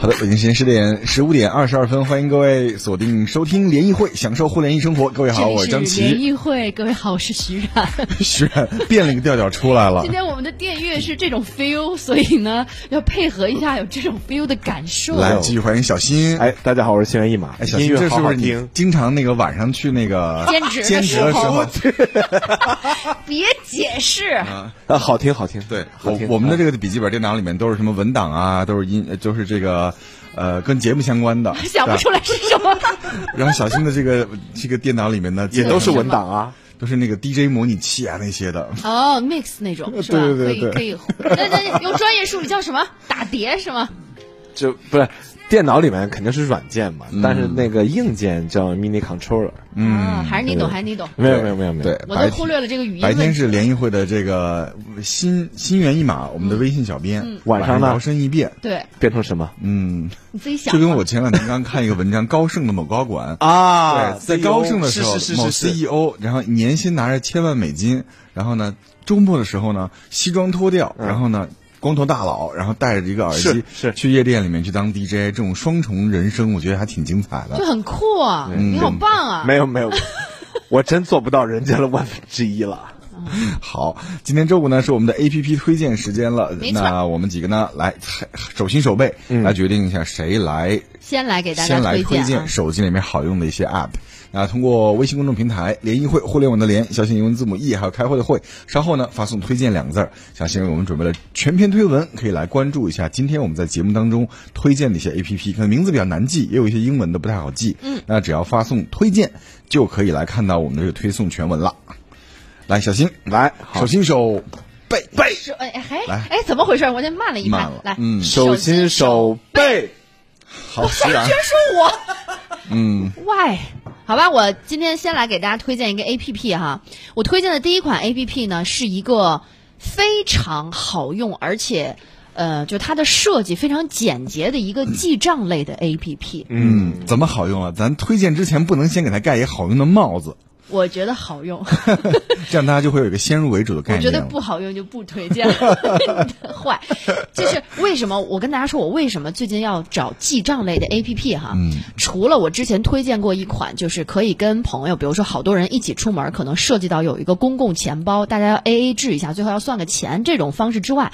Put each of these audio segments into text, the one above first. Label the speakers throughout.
Speaker 1: 好的，北京时间十点十五点二十二分，欢迎各位锁定收听联谊会，享受互联易生活。各位好，我是
Speaker 2: 这
Speaker 1: 张
Speaker 2: 里是联
Speaker 1: 琪。
Speaker 2: 谊会，各位好，我是徐 冉。
Speaker 1: 徐冉变了个调调出来了
Speaker 2: 今，天我们的电乐是这种 feel，所以呢，要配合一下有这种 feel 的感受。
Speaker 1: 来继续欢迎小新。
Speaker 3: 哎，大家好，我是心猿意马。
Speaker 1: 哎，小
Speaker 3: 音
Speaker 1: 新，
Speaker 3: 乐
Speaker 1: 这是
Speaker 3: 好
Speaker 1: 不
Speaker 3: 好
Speaker 1: 是你
Speaker 3: 听？
Speaker 1: 经常那个晚上去那个
Speaker 2: 兼职的
Speaker 1: 兼职的时候？
Speaker 2: 别解释，
Speaker 3: 啊，好听，好听。
Speaker 1: 对，哎
Speaker 3: 好
Speaker 1: 我
Speaker 3: 听。
Speaker 1: 我们的这个笔记本电脑里面都是什么文档啊，都是音，呃就是这个呃跟节目相关的。
Speaker 2: 想不出来是什么。
Speaker 1: 对吧。啊然后小新的这个这个电脑里面呢，
Speaker 3: 也都是文档啊。
Speaker 1: 都是那个 DJ 模拟器啊那些的。
Speaker 2: 哦，mix 那种是吧？
Speaker 3: 对对对
Speaker 2: 可以可以，那那用专业术语叫什么？打碟是吗？
Speaker 3: 就不是电脑里面肯定是软件嘛，但
Speaker 1: 嗯
Speaker 3: 是那个硬件叫 mini controller。
Speaker 2: 嗯，还是你懂，还是你懂。
Speaker 3: 没有没有没有没有。
Speaker 1: 对，
Speaker 2: 我
Speaker 1: 白天
Speaker 2: 都忽略了这个语音
Speaker 1: 白天
Speaker 2: 问题。
Speaker 1: 是联谊会的这个心心猿意马，我们的微信小编、
Speaker 2: 嗯
Speaker 3: 晚上呢
Speaker 1: 摇身一变，
Speaker 2: 对，
Speaker 3: 变成什么
Speaker 1: 嗯，
Speaker 2: 你自己想
Speaker 1: 就
Speaker 2: 吧。
Speaker 1: 跟我前两天刚看一个文章，高盛的某高管。
Speaker 3: 啊
Speaker 1: 对，在高盛的时候，
Speaker 3: 是是
Speaker 1: 某 E
Speaker 3: 是是是。
Speaker 1: CEO，然后年薪拿着千万美金，然后呢，周末的时候呢，西装脱掉，然后呢，光头大佬，然后戴着一个耳机，
Speaker 3: 嗯是是
Speaker 1: 去夜店里面去当 DJ，这种双重人生，我觉得还挺精彩
Speaker 2: 就
Speaker 1: 的。
Speaker 2: 很酷啊，
Speaker 1: 嗯
Speaker 2: 你好棒啊！
Speaker 3: 没有没 有，我真做不到人家的万分之一了。
Speaker 1: 好，今天周五呢是我们的 A P P 推荐时间了
Speaker 2: 没，错
Speaker 1: 那我们几个呢来手心手背、来决定一下谁来
Speaker 2: 先来给大家
Speaker 1: 先来推
Speaker 2: 荐啊
Speaker 1: 荐。手机里面好用的一些 App。啊，通过微信公众平台“联谊会”互联网的“联”小写英文字母 “e”，还有开会的“会”，稍后呢发送“推荐”两个字儿。小新为我们准备了全篇推文，可以来关注一下。今天我们在节目当中推荐的一些 APP，可能名字比较难记，也有一些英文的不太好记。嗯，那只要发送“推荐”，就可以来看到我们的这个推送全文了。来，小新，
Speaker 3: 来，
Speaker 1: 手心手背背，
Speaker 2: 手哎哎
Speaker 1: 来
Speaker 2: 哎哎，怎么回事？我这慢了一拍
Speaker 1: 慢了。
Speaker 2: 来，
Speaker 1: 嗯
Speaker 3: 手心手背。
Speaker 1: 好，徐然，
Speaker 2: 是我。嗯，Why？好吧，我今天先来给大家推荐一个 A P P 哈。我推荐的第一款 A P P 呢，是一个非常好用，而且呃，就它的设计非常简洁的一个记账类的 A P P。
Speaker 1: 嗯，怎么好用啊？咱推荐之前不能先给他盖一好用的帽子。
Speaker 2: 我觉得好用，
Speaker 1: 这样大家就会有一个先入为主的概
Speaker 2: 我
Speaker 1: 念。
Speaker 2: 觉得不好用就不推 荐了。坏，就是为什么我跟大家说，我为什么最近要找记账类的 A P P 哈？
Speaker 1: 嗯
Speaker 2: 除了我之前推荐过一款，就是可以跟朋友，比如说好多人一起出门，可能涉及到有一个公共钱包，大家要 A A 制一下，最后要算个钱这种方式之外，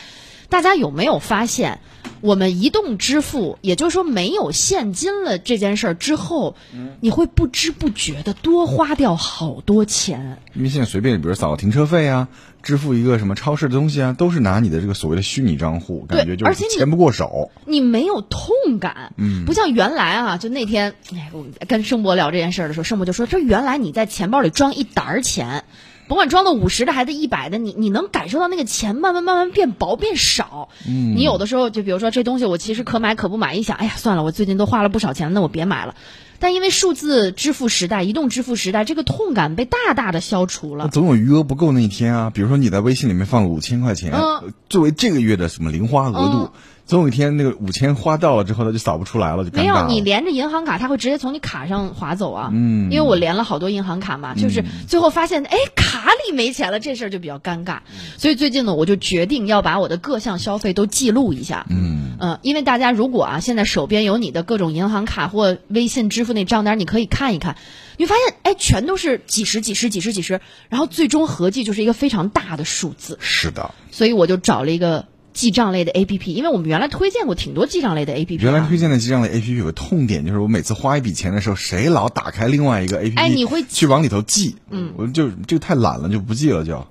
Speaker 2: 大家有没有发现，我们移动支付，也就是说没有现金了这件事儿之后，你会不知不觉的多花掉好多钱。
Speaker 1: 因为现在随便，比如扫个停车费啊，支付一个什么超市的东西啊，都是拿你的这个所谓的虚拟账户，
Speaker 2: 对
Speaker 1: 感觉就
Speaker 2: 而且
Speaker 1: 是
Speaker 2: 你
Speaker 1: 钱不过手。
Speaker 2: 你没有痛感，嗯，不像原来啊，就那天，哎，我们跟生博聊这件事儿的时候，生博就说，这原来你在钱包里装一沓儿钱，甭管装的五十的还是一百的，你你能感受到那个钱慢慢慢慢变薄变少，嗯，你有的时候就比如说这东西我其实可买可不买，一想，哎呀，算了，我最近都花了不少钱，那我别买了。但因为数字支付时代、移动支付时代，这个痛感被大大的消除
Speaker 1: 那
Speaker 2: 了。
Speaker 1: 总有余额不够那一天啊，比如说你在微信里面放了五千块钱，
Speaker 2: 嗯
Speaker 1: 作为这个月的什么零花额度，总有一天那个五千花到了之后，它就扫不出来了，就尴
Speaker 2: 没
Speaker 1: 尬
Speaker 2: 有，
Speaker 1: 了。
Speaker 2: 你连着银行卡，它会直接从你卡上划走啊。
Speaker 1: 嗯
Speaker 2: 因为我连了好多银行卡嘛，就是最后发现，哎，卡里没钱了，这事儿就比较尴尬。所以最近呢，我就决定要把我的各项消费都记录一下。
Speaker 1: 嗯
Speaker 2: 嗯，因为大家如果啊，现在手边有你的各种银行卡或微信支付那账单，你可以看一看，你会发现，哎，全都是几十、几十、几十、几十，然后最终合计就是一个非常大的数字。
Speaker 1: 是的，
Speaker 2: 所以我就找了一个记账类的 A P P，因为我们原来推荐过挺多记账类的 A P P、啊。
Speaker 1: 原来推荐的记账类 A P P 有个痛点，就是我每次花一笔钱的时候，谁老打开另外一个 A P P，
Speaker 2: 哎你会
Speaker 1: 去往里头记，嗯，我就这个太懒了，就不记了就。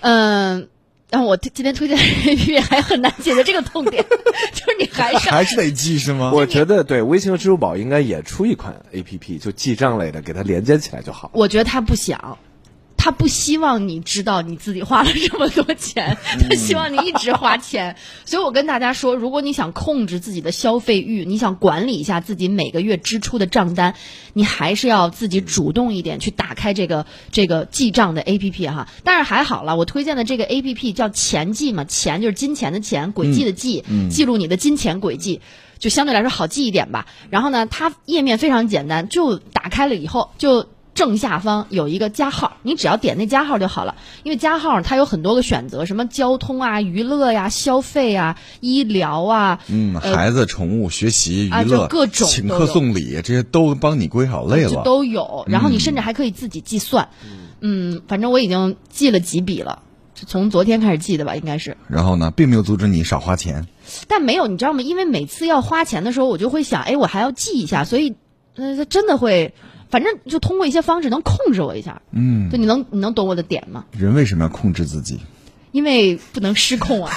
Speaker 2: 嗯，然后我今天推荐的 A P P 还很难解决这个痛点， 就是你还是
Speaker 1: 还是得记是吗？
Speaker 3: 我觉得对，微信和支付宝应该也出一款 A P P，就记账类的，给它连接起来就好。
Speaker 2: 我觉得他不想，他不希望你知道你自己花了这么多钱，他希望你一直花钱。所以我跟大家说，如果你想控制自己的消费欲，你想管理一下自己每个月支出的账单，你还是要自己主动一点去打开这个这个记账的 APP 哈。但是还好啦，我推荐的这个 APP 叫钱记嘛，钱就是金钱的钱，轨迹的迹，记录你的金钱轨迹。就相对来说好记一点吧。然后呢，它页面非常简单，就打开了以后就正下方有一个加号，你只要点那加号就好了。因为加号它有很多个选择，什么交通啊、娱乐呀、消费啊、医疗啊，
Speaker 1: 嗯，孩子、宠物、学习、
Speaker 2: 啊
Speaker 1: 娱乐、
Speaker 2: 就各种
Speaker 1: 请
Speaker 2: 都
Speaker 1: 客
Speaker 2: 有嗯
Speaker 1: 送礼，这些都帮你归好类
Speaker 2: 就
Speaker 1: 了。嗯
Speaker 2: 都有。然后你甚至还可以自己计算。嗯，反正我已经记了几笔了，是从昨天开始记的吧，应该是。
Speaker 1: 然后呢，并没有阻止你少花钱。
Speaker 2: 但没有，你知道吗？因为每次要花钱的时候，我就会想，哎，我还要记一下，所以，呃，它真的会，反正就通过一些方式能控制我一下。
Speaker 1: 嗯，
Speaker 2: 就你能你能懂我的点吗？
Speaker 1: 人为什么要控制自己？
Speaker 2: 因为不能失控啊！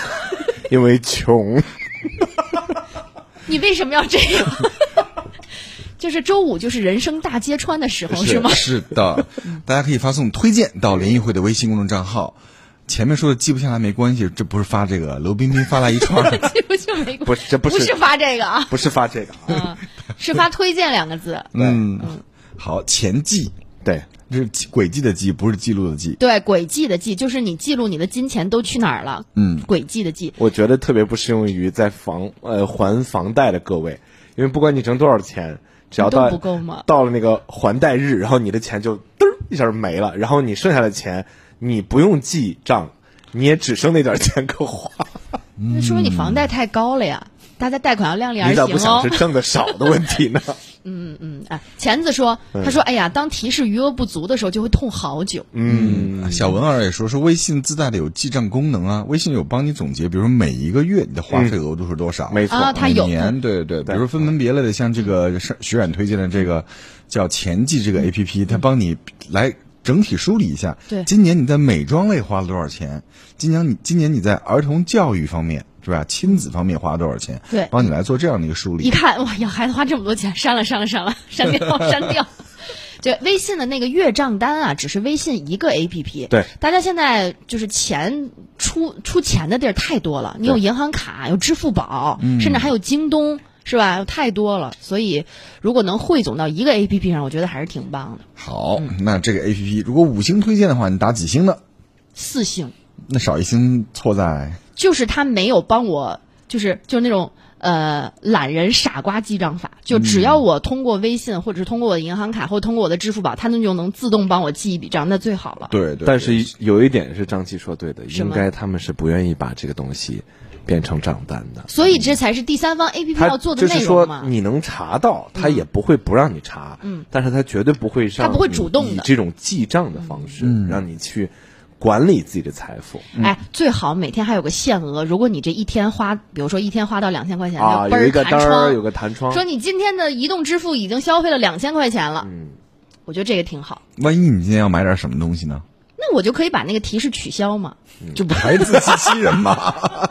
Speaker 3: 因为
Speaker 1: 嗯
Speaker 3: 穷，
Speaker 2: 你为什么要这 样？就是周五，就是人生大揭穿的时候，是吗？
Speaker 1: 是的，大家可以发送推荐到联谊会的微信公众账号。前面说的记不下来没关系，这不是发这个，刘彬彬发来一串儿
Speaker 2: 这不就没
Speaker 3: 不是这不是
Speaker 2: 不是发这个啊，
Speaker 3: 不是发这个啊，
Speaker 2: 嗯， 是发推荐两个字。
Speaker 1: 嗯，好，前记，
Speaker 3: 对，
Speaker 1: 这是记轨迹的记，不是记录的记。
Speaker 2: 对，轨迹的迹就是你记录你的金钱都去哪儿了。
Speaker 1: 嗯，
Speaker 2: 轨迹的迹，
Speaker 3: 我觉得特别不适用于在房呃还房贷的各位，因为不管你挣多少钱，只要
Speaker 2: 都
Speaker 3: 到
Speaker 2: 不够吗
Speaker 3: 到了那个还贷日，然后你的钱就嘚儿一下没了，然后你剩下的钱你不用记账，你也只剩那点钱可花。
Speaker 2: 那说明你房贷太高了呀。大家贷款要量力而
Speaker 3: 嗯你 咋
Speaker 2: 行
Speaker 3: 不想
Speaker 2: 哦
Speaker 3: 是。挣的少的问题呢？
Speaker 2: 嗯嗯，哎，钳子说，他说，哎呀，当提示余额不足的时候，就会痛好久。
Speaker 3: 嗯，
Speaker 1: 小文儿也说说微信自带的有记账功能啊，微信有帮你总结，比如说每一个月你的花费额度是多少，
Speaker 3: 没错，
Speaker 2: 啊它
Speaker 1: 每
Speaker 2: 有
Speaker 1: 年对对，比
Speaker 3: 对
Speaker 1: 如分门别类的，像这个是徐冉推荐的这个叫前记这个 A P P，它帮你来整体梳理一下。
Speaker 2: 对
Speaker 1: 今年你在美妆类花了多少钱？今年你今年你在儿童教育方面是吧？亲子方面花了多少钱？
Speaker 2: 对
Speaker 1: 帮你来做这样的一个梳
Speaker 2: 一
Speaker 1: 理。
Speaker 2: 看，哇呀，孩子花这么多钱，删了删了删了，删掉删掉。 就微信的那个月账单啊，只是微信一个 A P P。
Speaker 3: 对，
Speaker 2: 大家现在就是钱出出钱的地儿太多了，你有银行卡，有支付宝，甚至还有京东，是吧？有太多了，所以如果能汇总到一个 A P P 上，我觉得还是挺棒的。
Speaker 1: 好，那这个 A P P 如果五星推荐的话，你打几星呢？
Speaker 2: 四星
Speaker 1: 那少一星错在
Speaker 2: 就是他没有帮我，就是就是那种。呃，懒人傻瓜记账法，就只要我通过微信，或者是通过我的银行卡，或者通过我的支付宝，它那就能自动帮我记一笔账，那最好了。
Speaker 1: 对对，
Speaker 3: 但是有一点是张琪说对的，
Speaker 2: 是
Speaker 3: 应
Speaker 2: 吗
Speaker 3: 该他们是不愿意把这个东西变成账单的。
Speaker 2: 所以这才是第三方 A P P
Speaker 3: 他
Speaker 2: 要做的
Speaker 3: 就是
Speaker 2: 内容
Speaker 3: 说
Speaker 2: 嘛。
Speaker 3: 你能查到，他也不会不让你查，嗯，但是他绝对不会让
Speaker 2: 他不会
Speaker 3: 你
Speaker 2: 主动的
Speaker 3: 以这种记账的方式
Speaker 1: 嗯
Speaker 3: 让你去管理自己的财富。
Speaker 2: 哎，最好每天还有个限额，如果你这一天花，比如说一天花到两千块钱，
Speaker 3: 啊，
Speaker 2: 就嘣
Speaker 3: 有一
Speaker 2: 儿
Speaker 3: 个
Speaker 2: 弹
Speaker 3: 单儿，有
Speaker 2: 窗，
Speaker 3: 个弹窗，
Speaker 2: 说你今天的移动支付已经消费了两千块钱了。嗯，我觉得这个挺好。
Speaker 1: 万一你今天要买点什么东西呢？
Speaker 2: 那我就可以把那个提示取消嘛？
Speaker 1: 就不还自欺欺人吗？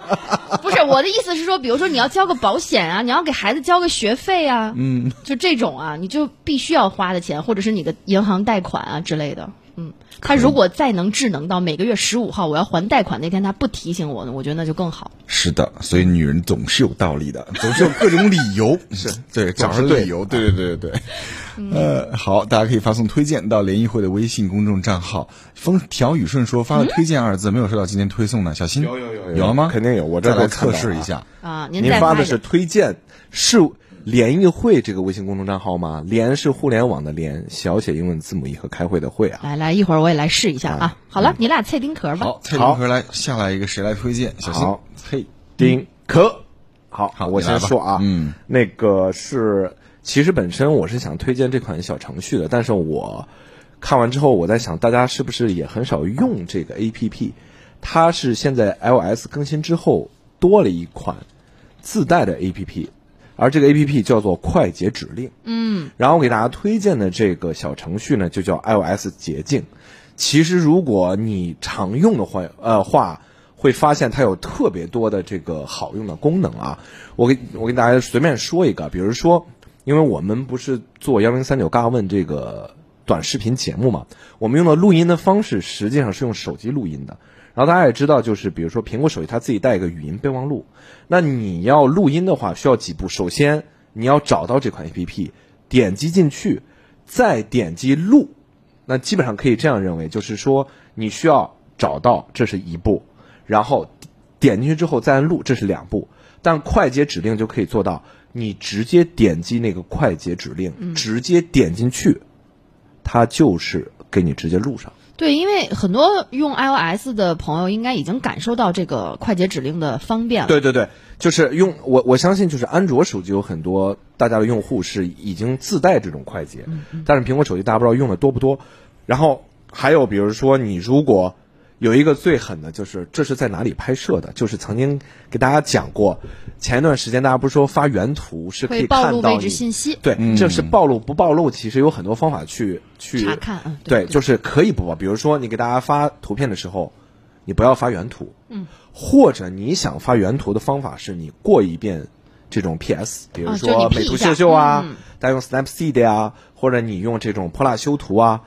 Speaker 2: 不是，我的意思是说，比如说你要交个保险啊，你要给孩子交个学费啊，嗯，就这种啊，你就必须要花的钱，或者是你的银行贷款啊之类的，嗯，他如果再能智能到每个月十五号我要还贷款那天，他不提醒我呢，我觉得那就更好。
Speaker 1: 是的，所以女人总是有道理的，总是有各种理由， 是对，找
Speaker 3: 是
Speaker 1: 出
Speaker 3: 对
Speaker 1: 理由，对对对对对。 呃，好，大家可以发送推荐到联谊会的微信公众账号。风调雨顺说发了“推荐”二字，没有收到今天推送呢，小心
Speaker 3: 有有有有
Speaker 1: 有了吗？
Speaker 3: 肯定有我这
Speaker 1: 再
Speaker 3: 儿
Speaker 1: 来
Speaker 3: 都看
Speaker 1: 测
Speaker 3: 到
Speaker 1: 试
Speaker 3: 了
Speaker 1: 一下。
Speaker 2: 啊，您
Speaker 3: 您
Speaker 2: 再
Speaker 3: 发
Speaker 2: 一
Speaker 3: 的
Speaker 2: 个
Speaker 3: 是推荐是联谊会这个微信公众账号吗？联是互联网的联，小写英文字母一和开会的会啊。
Speaker 2: 来来，一会儿我也来试一下啊。好了，你俩脆丁壳吧。
Speaker 1: 好，蔡
Speaker 3: 嗯好
Speaker 1: 林回来，下来一个谁来推荐？小心
Speaker 3: 好，
Speaker 1: 嘿，
Speaker 3: 丁可。好，
Speaker 1: 好
Speaker 3: 我
Speaker 1: 你来
Speaker 3: 先
Speaker 1: 吧
Speaker 3: 说啊，
Speaker 1: 嗯，
Speaker 3: 那个是，其实本身我是想推荐这款小程序的，但是我看完之后，我在想大家是不是也很少用这个 APP？它是现在 iOS 更新之后多了一款自带的 APP，而这个 APP 叫做快捷指令。嗯，然后我给大家推荐的这个小程序呢，就叫 iOS 捷径。其实如果你常用的话，呃话，会发现它有特别多的这个好用的功能啊。我给我给大家随便说一个，比如说，因为我们不是做幺零三九尬问这个短视频节目嘛，我们用的录音的方式实际上是用手机录音的。然后大家也知道，就是比如说苹果手机它自己带一个语音备忘录，那你要录音的话需要几步，首先你要找到这款 APP，点击进去，再点击录，那基本上可以这样认为，就是说你需要找到这是一步，然后点进去之后再按录，这是两步。但快捷指令就可以做到，你直接点击那个快捷指令，直接点进去，它就是给你直接录上。
Speaker 2: 对，因为很多用 iOS 的朋友应该已经感受到这个快捷指令的方便了。
Speaker 3: 对对对，就是用我我相信，就是安卓手机有很多大家的用户是已经自带这种快捷，
Speaker 2: 嗯
Speaker 3: 但是苹果手机大家不知道用的多不多。然后还有比如说，你如果有一个最狠的，就是这是在哪里拍摄的，就是曾经给大家讲过，前一段时间大家不是说发原图是可以
Speaker 2: 会暴露
Speaker 3: 看到
Speaker 2: 位
Speaker 3: 你
Speaker 2: 置信息
Speaker 3: 对，这是暴露不暴露，其实有很多方法去去
Speaker 2: 查看嗯对
Speaker 3: 对，就是可以不报，比如说你给大家发图片的时候，你不要发原图，嗯，或者你想发原图的方法是你过一遍这种 PS，比如
Speaker 2: 啊就
Speaker 3: 说
Speaker 2: 你 P
Speaker 3: 美图
Speaker 2: 一下
Speaker 3: 秀秀啊
Speaker 2: 嗯，
Speaker 3: 再用 Snapseed 啊，或者你用这种泼辣修图啊，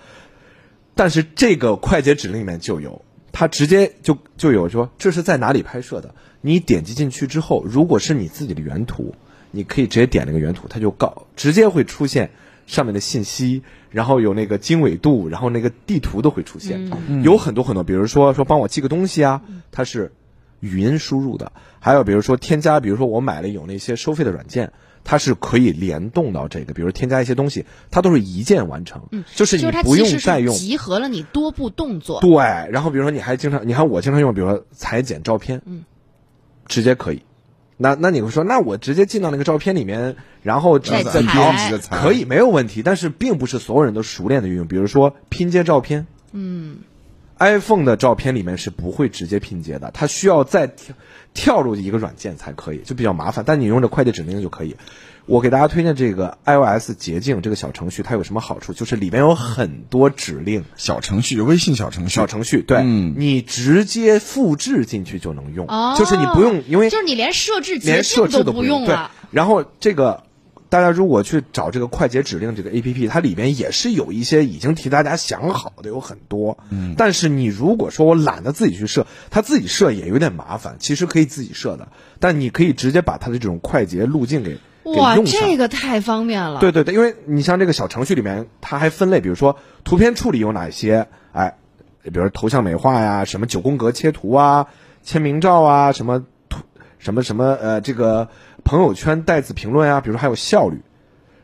Speaker 3: 但是这个快捷指令里面就有，它直接就就有说这是在哪里拍摄的。你点击进去之后，如果是你自己的原图，你可以直接点那个原图，它就告直接会出现上面的信息，然后有那个经纬度，然后那个地图都会出现，
Speaker 2: 嗯
Speaker 3: 有很多很多，比如说说帮我寄个东西啊，它是语音输入的，还有比如说添加，比如说我买了有那些收费的软件。它是可以联动到这个，比如添加一些东西，它都是一键完成，就是
Speaker 2: 嗯
Speaker 3: 你
Speaker 2: 就是它
Speaker 3: 不
Speaker 2: 其
Speaker 3: 用
Speaker 2: 实
Speaker 3: 再
Speaker 2: 是
Speaker 3: 用
Speaker 2: 集合了你多步动作。
Speaker 3: 对，然后比如说你还经常，你看我经常用，比如说裁剪照片，嗯，直接可以。那那你会说，那我直接进到那个照片里面，然后再
Speaker 2: 再
Speaker 3: 再
Speaker 2: 裁
Speaker 3: 调，
Speaker 1: 直接裁
Speaker 3: 可以没有问题。但是并不是所有人都熟练的运用，比如说拼接照片，嗯，iPhone 的照片里面是不会直接拼接的，它需要再跳跳入一个软件才可以，就比较麻烦。但你用着快捷指令就可以。我给大家推荐这个 iOS 捷径这个小程序，它有什么好处？就是里面有很多指令，
Speaker 1: 小程序，微信小程序
Speaker 3: 小，程序，对、
Speaker 1: 嗯
Speaker 3: 你直接复制进去就能用，
Speaker 2: 哦，
Speaker 3: 就是你不用，因为
Speaker 2: 就是你连设置捷
Speaker 3: 连设
Speaker 2: 径
Speaker 3: 置
Speaker 2: 都
Speaker 3: 不
Speaker 2: 用
Speaker 3: 对
Speaker 2: 了。，
Speaker 3: 然后这个大家如果去找这个快捷指令这个 A P P，它里边也是有一些已经替大家想好的有很多，嗯，但是你如果说我懒得自己去设，它自己设也有点麻烦，其实可以自己设的，但你可以直接把它的这种快捷路径给给
Speaker 2: 哇，
Speaker 3: 用上。
Speaker 2: 这个太方便了。
Speaker 3: 对对对，因为你像这个小程序里面，它还分类，比如说图片处理有哪些，哎，比如说头像美化呀，什么九宫格切图啊，签名照啊，什么图什么什么呃，这个朋友圈带字评论啊，比如说还有效率，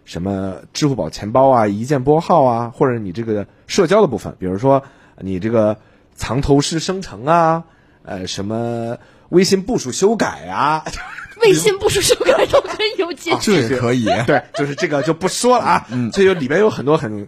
Speaker 3: 什么支付宝钱包啊，一键拨号啊，或者你这个社交的部分，比如说你这个藏头诗生成啊，呃，什么微信步数修改啊，
Speaker 2: 微信步数修改都可以有解决。
Speaker 1: 这也可以。
Speaker 3: 对，就是这个就不说了啊。嗯，这就里边有很多很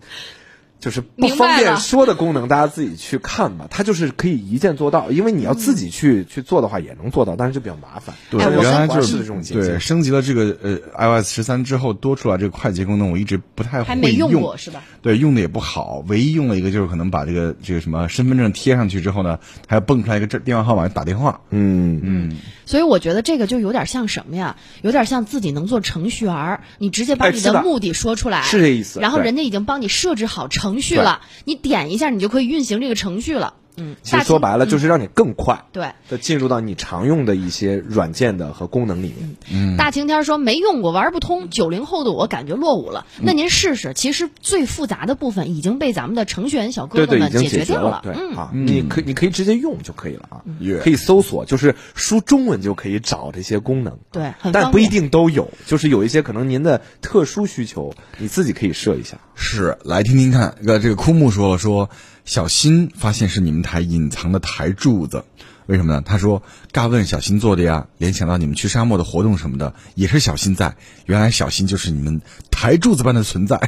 Speaker 3: 就是不方
Speaker 2: 明白
Speaker 3: 便
Speaker 2: 了
Speaker 3: 说的功能，大家自己去看吧。它就是可以一键做到，因为你要自己
Speaker 2: 嗯
Speaker 3: 去、去做的话也能做到，但是就比较麻烦。
Speaker 1: 对，
Speaker 2: 哎我
Speaker 1: 原来就
Speaker 3: 的
Speaker 1: 是
Speaker 3: 这种捷
Speaker 1: 对
Speaker 3: 径。
Speaker 1: 升级了这个呃 iOS 十三之后多出来这个快捷功能，我一直不太
Speaker 2: 还
Speaker 1: 会
Speaker 2: 没
Speaker 1: 用
Speaker 2: 用过是吧？
Speaker 1: 对，用的也不好。唯一用了一个就是可能把这个这个什么身份证贴上去之后呢，还要蹦出来一个这电话号码打电话。
Speaker 3: 嗯嗯，
Speaker 2: 所以我觉得这个就有点像什么呀？有点像自己能做程序员儿，你直接把
Speaker 3: 哎
Speaker 2: 你
Speaker 3: 是的
Speaker 2: 目的说出来，
Speaker 3: 是这意思
Speaker 2: 然后
Speaker 3: 对
Speaker 2: 人家已经帮你设置好程序了，你点一下你就可以运行这个程序了。嗯，
Speaker 3: 其实说白了就是让你更快。
Speaker 2: 对。
Speaker 3: 的进入到你常用的一些软件的和功能里面，
Speaker 2: 大晴天说没用过，玩不通。九零后的我感觉落伍了。
Speaker 3: 嗯
Speaker 2: 那您试试，其实最复杂的部分已经被咱们的程序员小哥
Speaker 3: 对
Speaker 2: 哥
Speaker 3: 对，已
Speaker 2: 们
Speaker 3: 经
Speaker 2: 解
Speaker 3: 解决
Speaker 2: 掉
Speaker 3: 了，对
Speaker 2: 嗯，
Speaker 3: 啊，你可你可以直接用就可以了啊
Speaker 1: 嗯，
Speaker 3: 可以搜索，就是输中文就可以找这些功能，啊
Speaker 2: 对很
Speaker 3: 但
Speaker 2: 方
Speaker 3: 不一
Speaker 2: 便
Speaker 3: 定都有，就是有一些可能您的特殊需求，你自己可以设一下。
Speaker 1: 是，来听听看。呃，这个枯木说了说，小新发现是你们台隐藏的台柱子，为什么呢？他说，嘎问小新做的呀，联想到你们去沙漠的活动什么的，也是小新在。原来小新就是你们台柱子般的存在。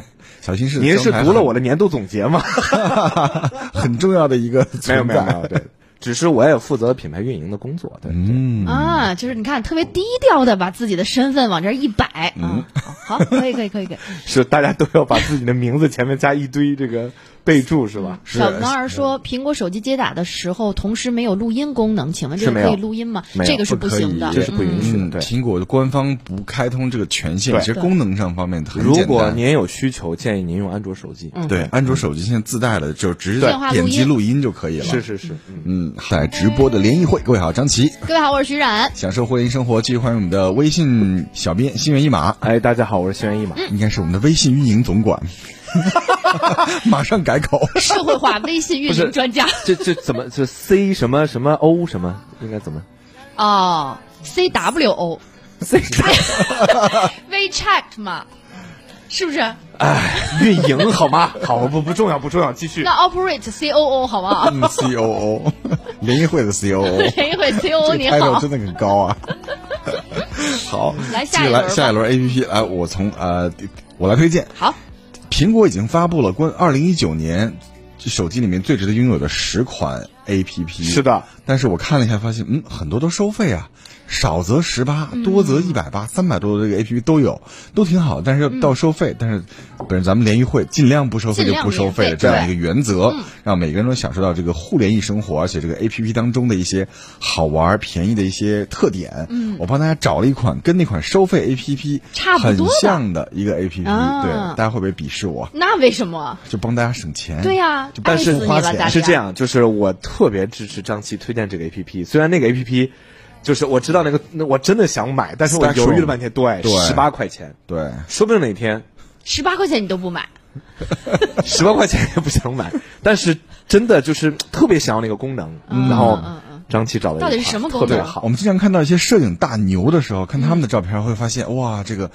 Speaker 1: 小新是
Speaker 3: 您是
Speaker 1: 江台
Speaker 3: 读了
Speaker 1: 很
Speaker 3: 我的年度总结吗？
Speaker 1: 很重要的一 个
Speaker 3: 没有
Speaker 1: 存
Speaker 3: 没有
Speaker 1: 在。
Speaker 3: 没有，对，只是我也负责品牌运营的工作，对，
Speaker 1: 嗯，
Speaker 2: 啊，就是你看特别低调的把自己的身份往这儿一摆、
Speaker 3: 嗯
Speaker 2: 啊，好，好可以可以可以可以，
Speaker 3: 是大家都要把自己的名字前面加一堆这个备注 是吧？
Speaker 2: 小毛儿说，苹果手机接打的时候，同时没有录音功能，请问这个
Speaker 3: 是没
Speaker 2: 可以
Speaker 3: 有
Speaker 2: 录音吗？
Speaker 3: 没有
Speaker 2: 这个是
Speaker 1: 不可
Speaker 2: 行的
Speaker 1: 以，
Speaker 3: 这是不允许的
Speaker 1: 嗯
Speaker 3: 对
Speaker 1: 苹果的官方不开通这个权限，
Speaker 3: 对
Speaker 1: 其实功能上方面很
Speaker 3: 如
Speaker 1: 简
Speaker 3: 果
Speaker 1: 单。
Speaker 3: 您有需求，建议您用安卓手机。
Speaker 2: 嗯
Speaker 1: 对，安卓手机现在自带了，就直接
Speaker 2: 电话录
Speaker 1: 点击
Speaker 2: 音
Speaker 1: 录音就可以了。
Speaker 3: 是，是是，嗯。
Speaker 1: 嗯，在直播的联谊会，各位好，张琪，
Speaker 2: 各位好，我是徐冉。
Speaker 1: 享受互联生活，继续欢迎我们的微信小编心猿意马，
Speaker 3: 哎，大家好，我是轩一马。
Speaker 2: 嗯
Speaker 1: 应该是我们的微信运营总 管，马上改口。
Speaker 2: 社会化微信运
Speaker 3: 不是
Speaker 2: 营专家
Speaker 3: 这这怎么这 C 什么什么 O 什么应该怎么？
Speaker 2: 哦，CWO，WeChat 嘛，是不是？
Speaker 3: 哎， 运营好吗？好，不不重要，不重要，继续
Speaker 2: 那。operate COO 好不好？
Speaker 1: 嗯，C O O，联谊会的 C O O，
Speaker 2: 陈一会 COO
Speaker 1: 这
Speaker 2: 哦你
Speaker 1: 个 title
Speaker 2: 好，
Speaker 1: 真的很高 啊。好，
Speaker 2: 来
Speaker 1: 接
Speaker 2: 下
Speaker 1: 着
Speaker 2: 一
Speaker 1: 来
Speaker 2: 轮
Speaker 1: 下
Speaker 2: 吧。
Speaker 1: 一轮 A P P，来我从呃我来推荐，
Speaker 2: 好，
Speaker 1: 苹果已经发布了关二零一九年手机里面最值得拥有的十款 A P P。
Speaker 3: 是的，
Speaker 1: 但是我看了一下，发现嗯，很多都收费啊，少则十八，
Speaker 2: 嗯
Speaker 1: 多则一百八，三百多的这个 A P P 都有，都挺好，但是要到收费，但是本着咱们联谊会尽量不收费
Speaker 2: 嗯尽
Speaker 1: 就
Speaker 2: 量
Speaker 1: 不收费
Speaker 2: 免费
Speaker 1: 的这样一个
Speaker 2: 对嗯
Speaker 1: 原则，让每个人都享受到这个互联易生活，而且这个 A P P 当中的一些好玩、便宜的一些特点。嗯，我帮大家找了一款跟那款收费 A P P
Speaker 2: 差不
Speaker 1: 很
Speaker 2: 多的
Speaker 1: 像的一个 A P P，
Speaker 2: 啊
Speaker 1: 对，大家会不会鄙视我？
Speaker 2: 那为什么？
Speaker 1: 就帮大家省钱。
Speaker 2: 对呀
Speaker 1: 嗯就但
Speaker 2: 爱
Speaker 1: 是
Speaker 2: 死你
Speaker 1: 花
Speaker 2: 了
Speaker 1: 钱
Speaker 2: 大家
Speaker 3: 是这样，就是我特别支持张琪推荐这个 A P P，虽然那个 A P P 就是我知道那个，那我真的想买，但是我
Speaker 1: Spectrum
Speaker 3: 犹豫了半天，对，
Speaker 1: 对
Speaker 3: 十八块钱，
Speaker 1: 对，
Speaker 3: 说不定哪天
Speaker 2: 十八块钱你都不买，
Speaker 3: 十八块钱也不想买，但是真的就是特别想要那个功能，然后
Speaker 2: 嗯嗯
Speaker 3: 张琪找了一款
Speaker 2: 到底是什么功能
Speaker 3: 特别
Speaker 1: 我
Speaker 3: 好，
Speaker 1: 们经常看到一些摄影大牛的时候，看他们的照片会发现，哇，这个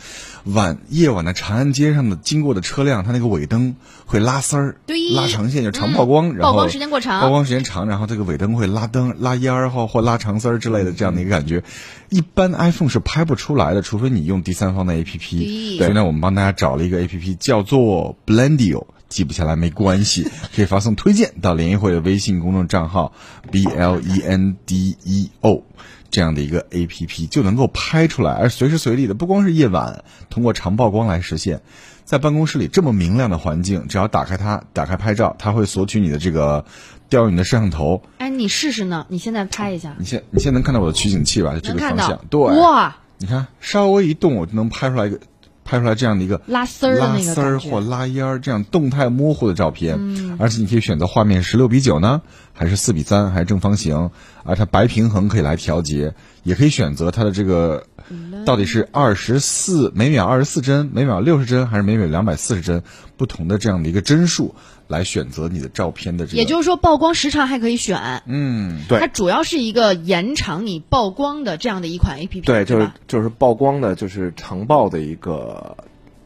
Speaker 1: 晚夜晚的长安街上的经过的车辆，它那个尾灯会拉丝儿，
Speaker 2: 对
Speaker 1: 拉长线就长曝光，然后
Speaker 2: 曝光时间过长
Speaker 1: 曝光时间长，然后这个尾灯会拉灯、拉烟儿或或拉长丝儿之类的这样的一个感觉。一般 iPhone 是拍不出来的，除非你用第三方的 APP。
Speaker 2: 对
Speaker 1: 所以呢，我们帮大家找了一个 APP 叫做 Blendio。记不下来没关系， 可以发送推荐到联谊会的微信公众账号 b l e n d e o 这样的一个 A P P 就能够拍出来，而随时随地的，不光是夜晚，通过长曝光来实现。在办公室里这么明亮的环境，只要打开它，打开拍照，它会索取你的这个调用你的摄像头。
Speaker 2: 哎，你试试呢，你现在拍一下，
Speaker 1: 你现你现在能看到我的取景器吧？就这
Speaker 2: 能
Speaker 1: 个
Speaker 2: 看
Speaker 1: 方
Speaker 2: 到
Speaker 1: 向，对，
Speaker 2: 哇，
Speaker 1: 你看稍微一动，我就能拍出来一个。拍出来这样的一个
Speaker 2: 拉丝儿的那个
Speaker 1: 拉丝儿
Speaker 2: 感觉嗯
Speaker 1: 或拉烟儿这样动态模糊的照片，而且你可以选择画面十六比九呢，还是四比三，还是正方形，而它白平衡可以来调节，也可以选择它的这个
Speaker 2: 嗯
Speaker 1: 到底是二十四每秒二十四帧、每秒六十帧，还是每秒两百四十帧，不同的这样的一个帧数来选择你的照片的这个，
Speaker 2: 也就是说曝光时长还可以选，
Speaker 1: 嗯，
Speaker 3: 对
Speaker 2: 它主要是一个延长你曝光的这样的一款 A P P，
Speaker 3: 对，就是
Speaker 2: 吧？
Speaker 3: 就是曝光的，就是长曝的一个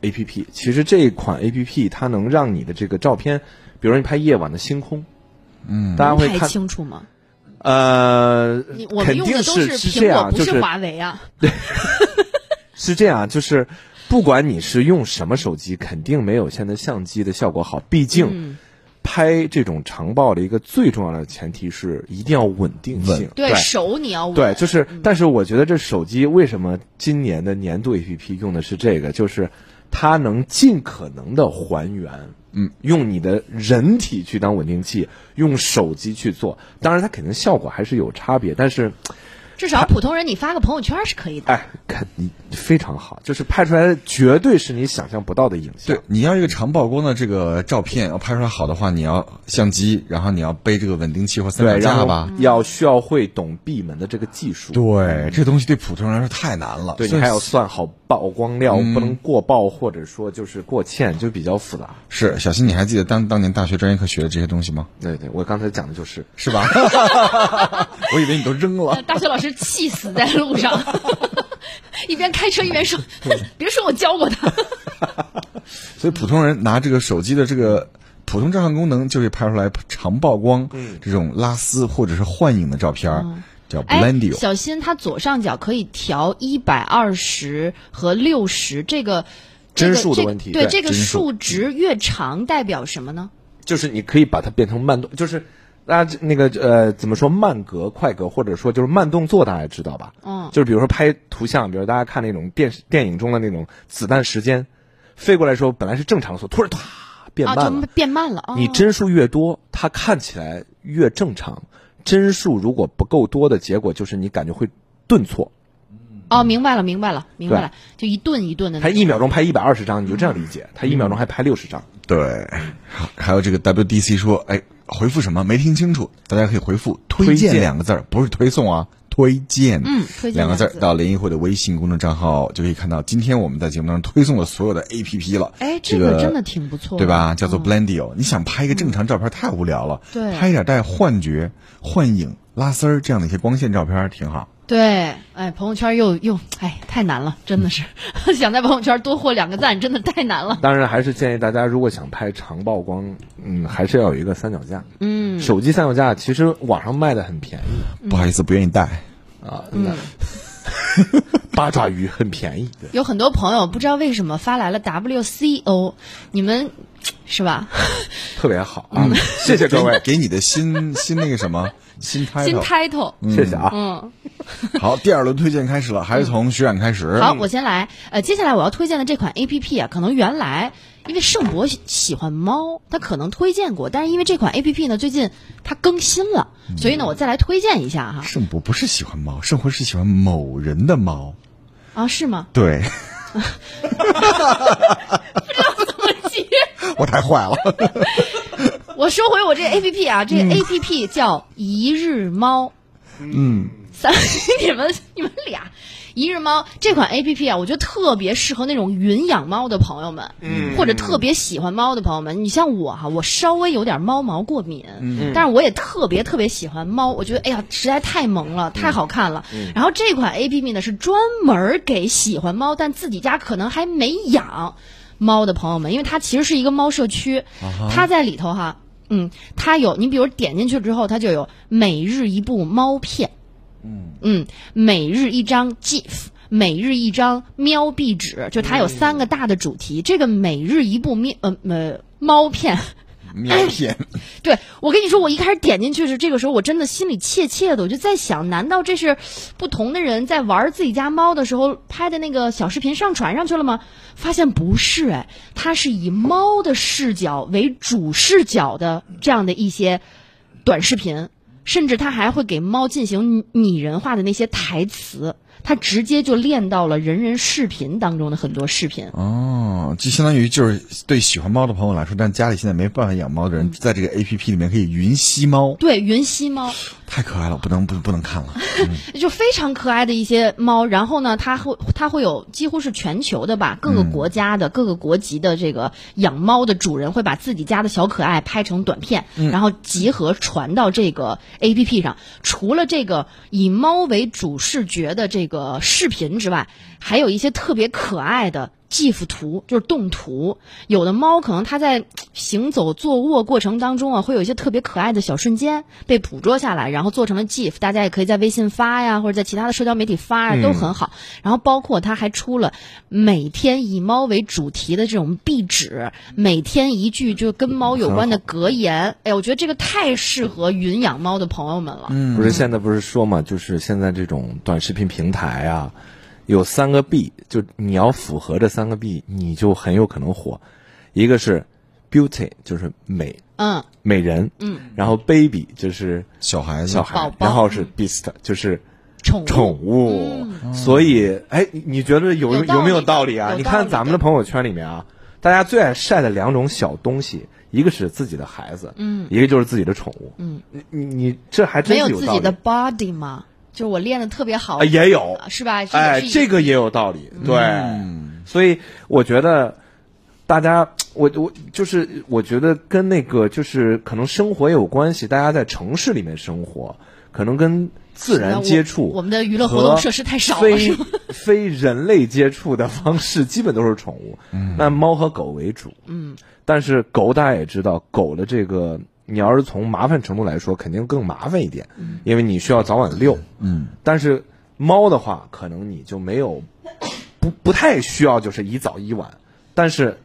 Speaker 3: A P P。其实这款 A P P 它能让你的这个照片，比如说你拍夜晚的星空，嗯，大家会
Speaker 2: 能拍
Speaker 3: 看，
Speaker 2: 清楚吗？
Speaker 3: 呃
Speaker 2: 你，我们
Speaker 3: 肯
Speaker 2: 用的
Speaker 3: 定
Speaker 2: 都
Speaker 3: 是这
Speaker 2: 苹果，
Speaker 3: 样，
Speaker 2: 不
Speaker 3: 就是是
Speaker 2: 华为啊。
Speaker 3: 是这样，就是不管你是用什么手机，肯定没有现在相机的效果好。毕
Speaker 2: 嗯
Speaker 3: 竟，拍这种长曝的一个最重要的前提是一定要稳定性
Speaker 1: 稳，
Speaker 2: 对手你要稳，
Speaker 3: 对，就是，但是我觉得这手机为什么今年的年度 APP 用的是这个，就是它能尽可能的还原，嗯，用你的人体去当稳定器，用手机去做，当然它肯定效果还是有差别，但是，
Speaker 2: 至少普通人你发个朋友圈是可以的。
Speaker 3: 哎，肯定非常好，就是拍出来的绝对是你想象不到的影像。
Speaker 1: 对，你要一个长曝光的这个照片，要拍出来好的话，你要相机，然后你要背这个稳定器或三脚
Speaker 3: 对，然
Speaker 1: 架
Speaker 3: 后
Speaker 1: 吧。
Speaker 3: 要需要会懂闭门的这个技术，
Speaker 1: 对，这东西对普通人来说太难了。
Speaker 3: 对你
Speaker 1: 所以
Speaker 3: 还要算好曝光量，不能过曝或者说就是过欠，就比较复杂。
Speaker 1: 是小新，你还记得当当年大学专业课学的这些东西吗？
Speaker 3: 对对，我刚才讲的就是。
Speaker 1: 是 吧？我以为你都扔了。
Speaker 2: 大学老师气死在路上， 一边开车一边说：“ 别说我教过他。
Speaker 1: 所以普通人拿这个手机的这个普通照相功能，就可以拍出来长曝光、
Speaker 3: 嗯
Speaker 1: 这种拉丝或者是幻影的照片儿，
Speaker 3: 哦
Speaker 1: 叫”
Speaker 2: 哎
Speaker 1: Blendio。，
Speaker 2: 小心它左上角可以调一百二十和六十这个。这个
Speaker 3: 帧数的
Speaker 2: 这个
Speaker 3: 问题
Speaker 2: 对
Speaker 3: 对
Speaker 2: 这个
Speaker 1: 帧数
Speaker 2: 数值越长代表什么呢？
Speaker 3: 就是你可以把它变成慢动，就是大家那个呃怎么说慢格、快格，或者说就是慢动作，大家知道吧？
Speaker 2: 嗯
Speaker 3: 就是比如说拍图像，比如大家看那种电视电影中的那种子弹时间飞过来的时候，本来是正常速，突然唰变
Speaker 2: 啊，
Speaker 3: 慢
Speaker 2: 就
Speaker 3: 了。
Speaker 2: 变慢了啊！
Speaker 3: 你帧数越多，它看起来越正常；帧数如果不够多的结果，就是你感觉会顿挫。
Speaker 2: 哦，明白了，明白了，明白了，就一顿一顿的那
Speaker 3: 它
Speaker 2: 种。
Speaker 3: 一秒钟拍一百二十张，你就这样理解；它一秒钟还拍六十张。
Speaker 1: 对，还还有这个 WDC 说，哎，回复什么没听清楚，大家可以回复“推
Speaker 3: 推荐
Speaker 1: 荐”两个字儿，不是推送啊，推荐，
Speaker 2: 嗯推荐
Speaker 1: 两个字儿
Speaker 2: 两个字
Speaker 1: 到联谊会的微信公众账号就可以看到今天我们在节目当中推送的所有的 APP 了。
Speaker 2: 哎，
Speaker 1: 这
Speaker 2: 这
Speaker 1: 个
Speaker 2: 个真的挺不错的，嗯
Speaker 1: 对吧？叫做 Blendio，、你想拍一个正常照片太无聊了，
Speaker 2: 对
Speaker 1: 拍一点带幻觉、幻影、拉丝儿这样的一些光线照片儿挺好。
Speaker 2: 对，哎，朋友圈又又哎，太难了，真的是 想在朋友圈多获两个赞，真的太难了。
Speaker 3: 当然，还是建议大家，如果想拍长曝光，嗯，还是要有一个三脚架。
Speaker 2: 嗯，
Speaker 3: 手机三脚架其实网上卖的很便宜
Speaker 1: 不好意思，不愿意 带。
Speaker 3: 啊，那八爪鱼很便宜的。
Speaker 2: 有很多朋友不知道为什么发来了 WCO，你们是吧？
Speaker 3: 特别好啊！谢 谢各位，
Speaker 1: 给你的新新那个什么新 title。
Speaker 2: 新 title，
Speaker 3: 谢谢啊！
Speaker 2: 嗯。
Speaker 1: 好，第二轮推荐开始了，还是从徐冉开始。
Speaker 2: 好，我先来。呃，接下来我要推荐的这款 A P P 啊，可能原来因为盛博喜喜欢猫，他可能推荐过，但是因为这款 A P P 呢，最近它更新了，所以呢，我再来推荐一下哈。
Speaker 1: 盛博不是喜欢猫，盛博是喜欢某人的猫。
Speaker 2: 啊，是吗？
Speaker 1: 对，
Speaker 2: 姐
Speaker 1: 我太坏了。
Speaker 2: 我说回我这 A P P 啊，这 A P P 叫一日猫。嗯，三 你们你们俩，一日猫这款 A P P 啊，我觉得特别适合那种云养猫的朋友们，嗯，或者特别喜欢猫的朋友们。你像我哈、我稍微有点猫毛过敏，嗯，但是我也特别特别喜欢猫，我觉得哎呀，实在太萌了，太好看了。然后这款 A P P 呢是专门给喜欢猫但自己家可能还没养。猫的朋友们，因为它其实是一个猫社区，它在里头哈，嗯，它有你比如点进去之后，它就有每日一部猫片，嗯，每日一张 GIF，每日一张喵壁纸，就它有三个大的主题。这个每日一部喵呃呃猫片，
Speaker 1: 喵片，
Speaker 2: 对我跟你说，我一开始点进去是这个时候，我真的心里怯怯的，我就在想，难道这是不同的人在玩自己家猫的时候拍的那个小视频上传上去了吗？发现不是，哎，它是以猫的视角为主视角的这样的一些短视频，甚至它还会给猫进行拟人化的那些台词。它直接就练到了人人视频当中的很多视频，
Speaker 1: 哦，就相当于就是对喜欢猫的朋友来说，但家里现在没办法养猫的人，在这
Speaker 2: 嗯
Speaker 1: 个 A P P 里面可以云吸猫，
Speaker 2: 对云吸猫，
Speaker 1: 太可爱了，不能不不能看了。
Speaker 2: 就非常可爱的一些猫。然后呢，它会它会有几乎是全球的吧，各个国家的、各个国籍的这个养猫的主人会把自己家的小可爱拍成短片，然后集合传到这个 A P P 上。除了这个以猫为主视觉的这个视频之外，还有一些特别可爱的 GIF 图，就是动图。有的猫可能它在行走、坐卧过程当中啊，会有一些特别可爱的小瞬间被捕捉下来，然后做成了 GIF，大家也可以在微信发呀，或者在其他的社交媒体发呀，都
Speaker 3: 嗯
Speaker 2: 很好。然后包括它还出了每天以猫为主题的这种壁纸，每天一句就跟猫有关的格言。哎，我觉得这个太适合云养猫的朋友们了。
Speaker 3: 不是现在不是说嘛，就是现在这种短视频平台啊，有三个 B，就你要符合这三个 B，你就很有可能火。一个是 beauty，就是美
Speaker 2: 嗯，
Speaker 3: 美人，嗯，然后 baby 就是
Speaker 1: 小孩子，
Speaker 3: 小孩，
Speaker 2: 宝宝
Speaker 3: 然后是 beast，就是
Speaker 2: 宠物
Speaker 3: 宠物。所以，哎，你你觉得有
Speaker 2: 嗯有道理
Speaker 3: 有没有道理啊？
Speaker 2: 有
Speaker 3: 你
Speaker 2: 道理
Speaker 3: 看
Speaker 2: 的
Speaker 3: 咱们的朋友圈里面啊，大家最爱晒的两种小东西，一个是自己的孩子，嗯，一个就是自己的宠物，嗯，你你你这还真
Speaker 2: 没
Speaker 3: 是
Speaker 2: 有
Speaker 3: 有
Speaker 2: 自
Speaker 3: 道
Speaker 2: 己
Speaker 3: 理
Speaker 2: 的 body 吗？就是我练的特别好
Speaker 3: 啊，，也有
Speaker 2: 是吧？这
Speaker 3: 哎，
Speaker 2: 是一嗯
Speaker 3: 这个也有道理，对，所以我觉得大家，我我就是我觉得跟那个就是可能生活也有关系，大家在城市里面生活，可能跟自
Speaker 2: 是的
Speaker 3: 然
Speaker 2: 我
Speaker 3: 接触和非，
Speaker 2: 我们的娱乐活动设施太少了是
Speaker 3: 非 非人类接触的方式基本都是宠物，那猫和狗为主，嗯，但是狗大家也知道，狗的这个。你要是从麻烦程度来说，肯定更麻烦一点，
Speaker 2: 嗯
Speaker 3: 因为你需要早晚遛。
Speaker 1: 嗯，
Speaker 3: 但是猫的话，可能你就没有不不太需要，就是一早一晚。但是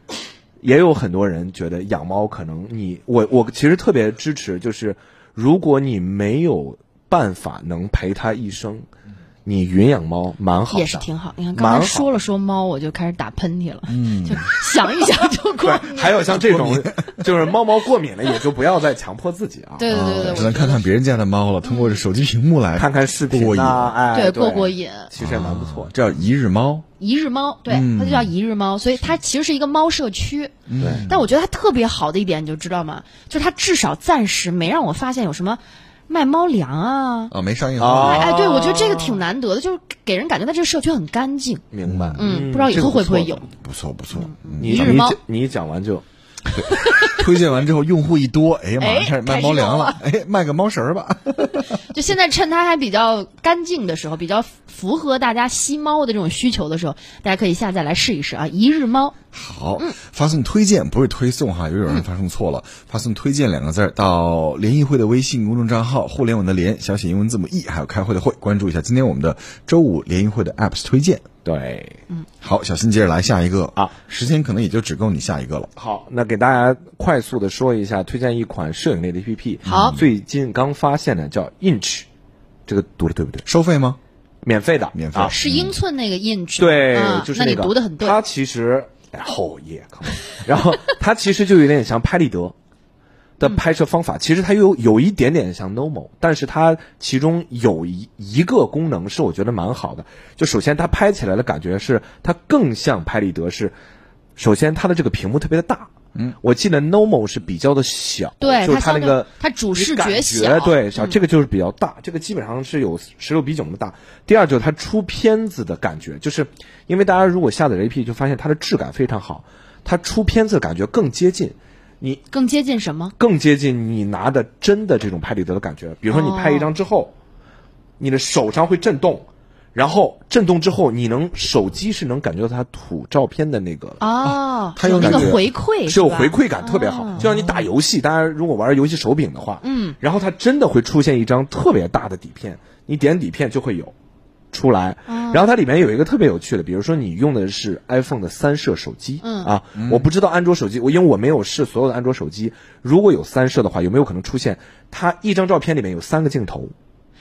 Speaker 3: 也有很多人觉得养猫可能你我我其实特别支持，就是如果你没有办法能陪它一生，你云养猫蛮好的，
Speaker 2: 也是挺好。你看
Speaker 3: 蛮
Speaker 2: 刚
Speaker 3: 好嗯
Speaker 2: 才说了说猫，我就开始打喷嚏了，就想一想就过敏。
Speaker 3: 还有像这种，就是猫猫过敏了，也就不要再强迫自己啊。
Speaker 2: 对对对对，
Speaker 1: 只
Speaker 2: 我
Speaker 1: 能看看别人家的猫了，通过这手机屏幕来
Speaker 3: 看看视频
Speaker 1: 过瘾
Speaker 3: 呐、哎，
Speaker 2: 对
Speaker 3: 对，
Speaker 2: 过过瘾
Speaker 3: 其实也蛮不错。
Speaker 1: 这叫一日猫，
Speaker 2: 一日猫，对，
Speaker 3: 嗯
Speaker 2: 它就叫一日猫，所以它其实是一个猫社区。
Speaker 3: 对，
Speaker 2: 但我觉得它特别好的一点，你就知道吗？就是它至少暂时没让我发现有什么卖猫粮啊。
Speaker 1: 啊，没上映
Speaker 3: 啊
Speaker 2: 哎哎，对，我觉得这个挺难得的，就是给人感觉它这个社区很干净。
Speaker 3: 明白。
Speaker 2: 嗯，不知道以后会不会有？
Speaker 1: 不错不错，嗯
Speaker 3: 你
Speaker 2: 一日
Speaker 3: 你
Speaker 2: 猫
Speaker 3: 你一讲完就
Speaker 1: 推荐完之后，用户一多，哎呀，马上
Speaker 2: 哎
Speaker 1: 开始卖猫粮了，哎，卖个猫食儿吧。
Speaker 2: 就现在趁它还比较干净的时候，比较符合大家吸猫的这种需求的时候，大家可以下载来试一试啊！一日猫，
Speaker 1: 好，发送推荐不是推送哈，又有人发送错
Speaker 3: 嗯
Speaker 1: 了，发送推荐两个字儿到联谊会的微信公众账号“互联网的联”小写英文字母 e，还有开会的会，关注一下今天我们的周五联谊会的 apps 推荐。
Speaker 3: 对，
Speaker 1: 好，小新接着来下一个
Speaker 3: 啊，
Speaker 1: 时间可能也就只够你下一个了。
Speaker 3: 好，那给大家快速的说一下，推荐一款摄影类的 APP。
Speaker 2: 好
Speaker 3: 最近刚发现的叫 Inch，这个读的对不对？
Speaker 1: 收费吗？
Speaker 3: 免费的，
Speaker 1: 免费
Speaker 3: 啊。
Speaker 2: 是英寸那个 inch，
Speaker 3: 对，
Speaker 2: 啊
Speaker 3: 就是
Speaker 2: 那
Speaker 3: 那
Speaker 2: 你
Speaker 3: 个。
Speaker 2: 读的很对。
Speaker 3: 它其实哎后夜，靠然后它其实就有点像拍立得
Speaker 2: 嗯
Speaker 3: 的拍摄方法，其实它有有一点点像 Nomo，但是它其中有一一个功能是我觉得蛮好的，就首先它拍起来的感觉是它更像拍立得是，首先它的这个屏幕特别的大。嗯，我记得 Nomo 是比较的小，
Speaker 2: 对
Speaker 3: 就是
Speaker 2: 它
Speaker 3: 它
Speaker 2: 相
Speaker 3: 那
Speaker 2: 对
Speaker 3: 个
Speaker 2: 它主
Speaker 3: 你
Speaker 2: 视
Speaker 3: 感
Speaker 2: 觉
Speaker 3: 觉
Speaker 2: 小嗯
Speaker 3: 对小，这个就是比较大，这个基本上是有十六比九那么大。第二就是它出片子的感觉，就是因为大家如果下载了 APP 就发现它的质感非常好，它出片子的感觉更接近你，
Speaker 2: 更接近什么？
Speaker 3: 更接近你拿的真的这种拍立得的感觉。比如说你拍一张之后，
Speaker 2: 哦
Speaker 3: 你的手上会震动。然后震动之后，你能手机是能感觉到它吐照片的那个
Speaker 2: 哦，
Speaker 1: 它有
Speaker 2: 那
Speaker 1: 感
Speaker 2: 个
Speaker 1: 觉
Speaker 2: 回馈，
Speaker 3: 是有
Speaker 2: 吧
Speaker 3: 回馈感，特别好。就像你打游戏，大家如果玩游戏手柄的话，嗯，然后它真的会出现一张特别大的底片，你点底片就会有出来。然后它里面有一个特别有趣的，比如说你用的是 iPhone 的三摄手机，嗯啊，我不知道安卓手机，我因为我没有试所有的安卓手机，如果有三摄的话，有没有可能出现它一张照片里面有三个镜头，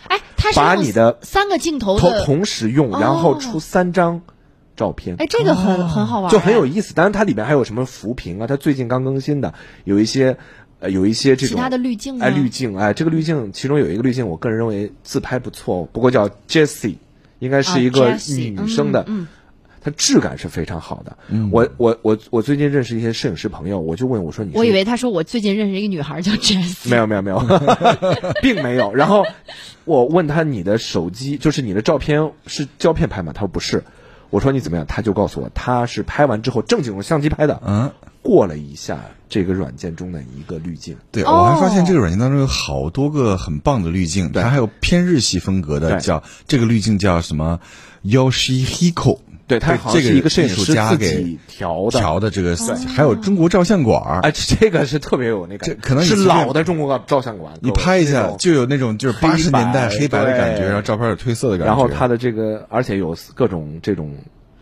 Speaker 2: 哎，它是
Speaker 3: 把
Speaker 2: 用
Speaker 3: 你的哦
Speaker 2: 三个镜头
Speaker 3: 同
Speaker 2: 的，
Speaker 3: 同时用，然后出三张照片？
Speaker 2: 哎，这个很、很好玩，啊
Speaker 3: 哦就很有意思。当然，它里面还有什么扶贫啊，它最近刚更新的有一些，呃，有一些这
Speaker 2: 其
Speaker 3: 种
Speaker 2: 他的滤镜啊
Speaker 3: 哎，
Speaker 2: 呢
Speaker 3: 滤镜，哎，这个滤镜其中有一个滤镜，我个人认为自拍不错哦，不过叫 Jessie，应该是一个
Speaker 2: 啊，Jessie，
Speaker 3: 女生的，
Speaker 2: 嗯嗯
Speaker 3: 它质感是非常好的。我我我我最近认识一些摄影师朋友，我就问我说你是
Speaker 2: 我以为他说我最近认识一个女孩叫 Jess，
Speaker 3: 没有没有 没有，并没有。然后我问他你的手机就是你的照片是胶片拍吗？他说不是。我说你怎么样？他就告诉我他是拍完之后正经用相机拍的，
Speaker 1: 嗯，
Speaker 3: 过了一下这个软件中的一个滤镜。
Speaker 1: 对，
Speaker 2: 哦
Speaker 1: 我还发现这个软件当中有好多个很棒的滤镜，它还有偏日系风格的，
Speaker 3: 对
Speaker 1: 叫这个滤镜叫什么 Yoshihiko，
Speaker 3: 对，他好像
Speaker 1: 这个
Speaker 3: 是一个摄影
Speaker 1: 艺术
Speaker 3: 师
Speaker 1: 家
Speaker 3: 自
Speaker 1: 给
Speaker 3: 己调的。哦
Speaker 1: 调的这个，还有中国照相馆儿
Speaker 3: 哎，这这个是特别有那个，
Speaker 1: 这可能你
Speaker 3: 是
Speaker 1: 随便
Speaker 3: 老的中国照相馆。
Speaker 1: 你
Speaker 3: 各位
Speaker 1: 拍一
Speaker 3: 那
Speaker 1: 下
Speaker 3: 种
Speaker 1: 就有那种就是八十
Speaker 3: 黑白
Speaker 1: 年代黑白的感觉，
Speaker 3: 对
Speaker 1: 然后照片有褪色的感觉。
Speaker 3: 然后它的这个，而且有各种这种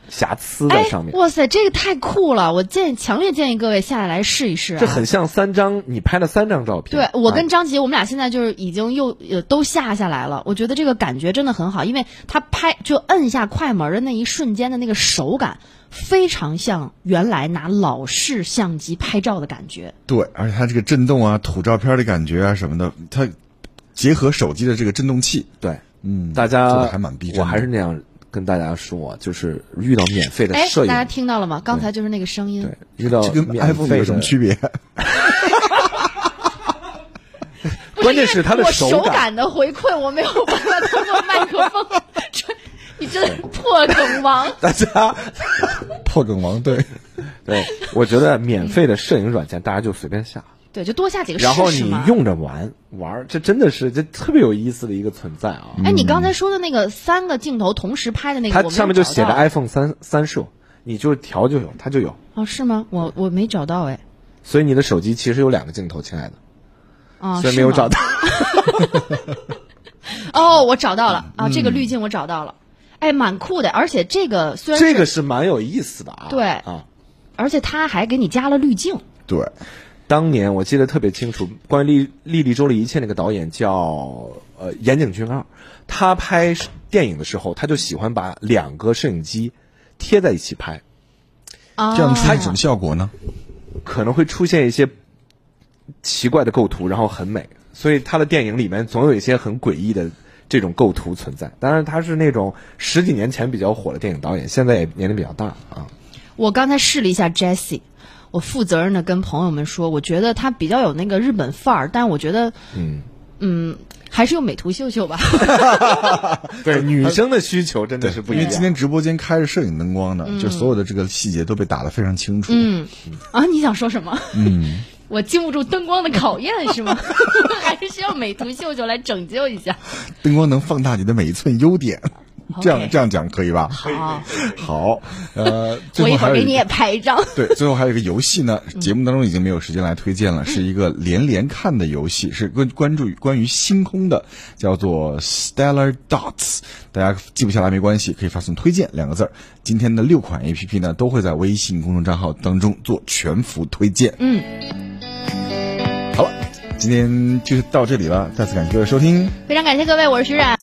Speaker 3: 瑕疵在
Speaker 2: 哎
Speaker 3: 上，面。
Speaker 2: 哇塞，这个太酷了！我建议强烈建议各位下来试一试、啊，
Speaker 3: 这很像三张你拍了三张照片。
Speaker 2: 对我
Speaker 3: 啊
Speaker 2: 跟张杰，我们俩现在就是已经又呃都下下来了。我觉得这个感觉真的很好，因为他拍就摁下快门的那一瞬间的那个手感，非常像原来拿老式相机拍照的感觉。
Speaker 1: 对，而且它这个震动啊、吐照片的感觉啊什么的，它结合手机的这个震动器，
Speaker 3: 对，
Speaker 1: 嗯，
Speaker 3: 大家
Speaker 1: 做的还蛮逼真的。
Speaker 3: 我还是那样跟大家说，就是遇到免费的
Speaker 2: 哎，
Speaker 3: 摄
Speaker 2: 大
Speaker 3: 影，
Speaker 2: 家听到了吗？刚才就是那个声音
Speaker 3: 对。，遇到
Speaker 1: 这跟
Speaker 3: 呃免
Speaker 1: iPhone
Speaker 3: 费
Speaker 1: 有什么
Speaker 3: 的
Speaker 1: 区 别？
Speaker 3: 关键是它的
Speaker 2: 我
Speaker 3: 手
Speaker 2: 手
Speaker 3: 感。
Speaker 2: 的回馈，我没有办法通过麦克风。这你真的破梗王！
Speaker 3: 大家，
Speaker 1: 破梗王对，
Speaker 3: 对，我觉得免费的摄影软件大家就随便下，
Speaker 2: 对，就多下几个试试
Speaker 3: 然
Speaker 2: 嘛。
Speaker 3: 后你用着玩玩儿，这真的是这特别有意思的一个存在啊！
Speaker 1: 嗯
Speaker 2: 哎，你刚才说的那个三个镜头同时拍的那个，
Speaker 3: 它
Speaker 2: 哎我没有
Speaker 3: 上面就
Speaker 2: 找
Speaker 3: 写哎着
Speaker 2: 到
Speaker 3: iPhone 三三摄，你就调就有，它就有。
Speaker 2: 哦，是吗？我我没找到哎。
Speaker 3: 所以你的手机其实有两个镜头，亲爱的，
Speaker 2: 啊，
Speaker 3: 所以
Speaker 2: 是
Speaker 3: 没有
Speaker 2: 吗
Speaker 3: 找到。
Speaker 2: 哦，我找到了啊，这
Speaker 3: 嗯
Speaker 2: 个滤镜我找到了，哎，蛮酷的，而且这个虽然
Speaker 3: 这
Speaker 2: 是
Speaker 3: 个是蛮有意思的啊。
Speaker 2: 对
Speaker 3: 啊，
Speaker 2: 而且它还给你加了滤镜，
Speaker 1: 对，
Speaker 3: 当年我记得特别清楚，关于《莉莉莉周的一切》那个导演叫呃岩井俊二，他拍电影的时候，他就喜欢把两个摄影机贴在一起拍，
Speaker 2: 啊，
Speaker 1: 这样拍什么效果呢？
Speaker 3: 可能会出现一些奇怪的构图，然后很美。所以他的电影里面总有一些很诡异的这种构图存在。当然，他是那种十几年前比较火的电影导演，现在也年龄比较大啊。
Speaker 2: 我刚才试了一下 Jessie，我负责任的跟朋友们说，我觉得它比较有那个日本范儿，但我觉得，嗯还是用美图秀秀吧。
Speaker 3: 对女生的需求真的是不一
Speaker 1: 因为
Speaker 3: 样。
Speaker 1: 今天直播间开着摄影灯光呢，就所有的这个细节都被打得非常清楚。
Speaker 2: 嗯啊，你想说什么？嗯， 我经不住灯光的考验是吗？ 我还是需要美图秀秀来拯救一下。
Speaker 1: 灯光能放大你的每一寸优点，这样这样讲可以吧？
Speaker 2: 好，
Speaker 1: 好，呃，
Speaker 2: 哦我
Speaker 1: 最
Speaker 2: 一
Speaker 1: 后
Speaker 2: 会
Speaker 1: 还
Speaker 2: 儿
Speaker 1: 有
Speaker 2: 给
Speaker 1: 一
Speaker 2: 你也拍一张。
Speaker 1: 对，最后还有一个游戏呢，节目当中已经没有时间来推荐了，是一个连连看的游戏，是关关注关于星空的，叫做 Stellar Dots。大家记不下来没关系，可以发送“推荐”两个字儿。今天的六款 A P P 呢，都会在微信公众账号当中做全幅推荐。
Speaker 2: 嗯，
Speaker 1: 好了，今天就到这里了，再次感谢各位收听。
Speaker 2: 非常感谢各位，我是徐冉。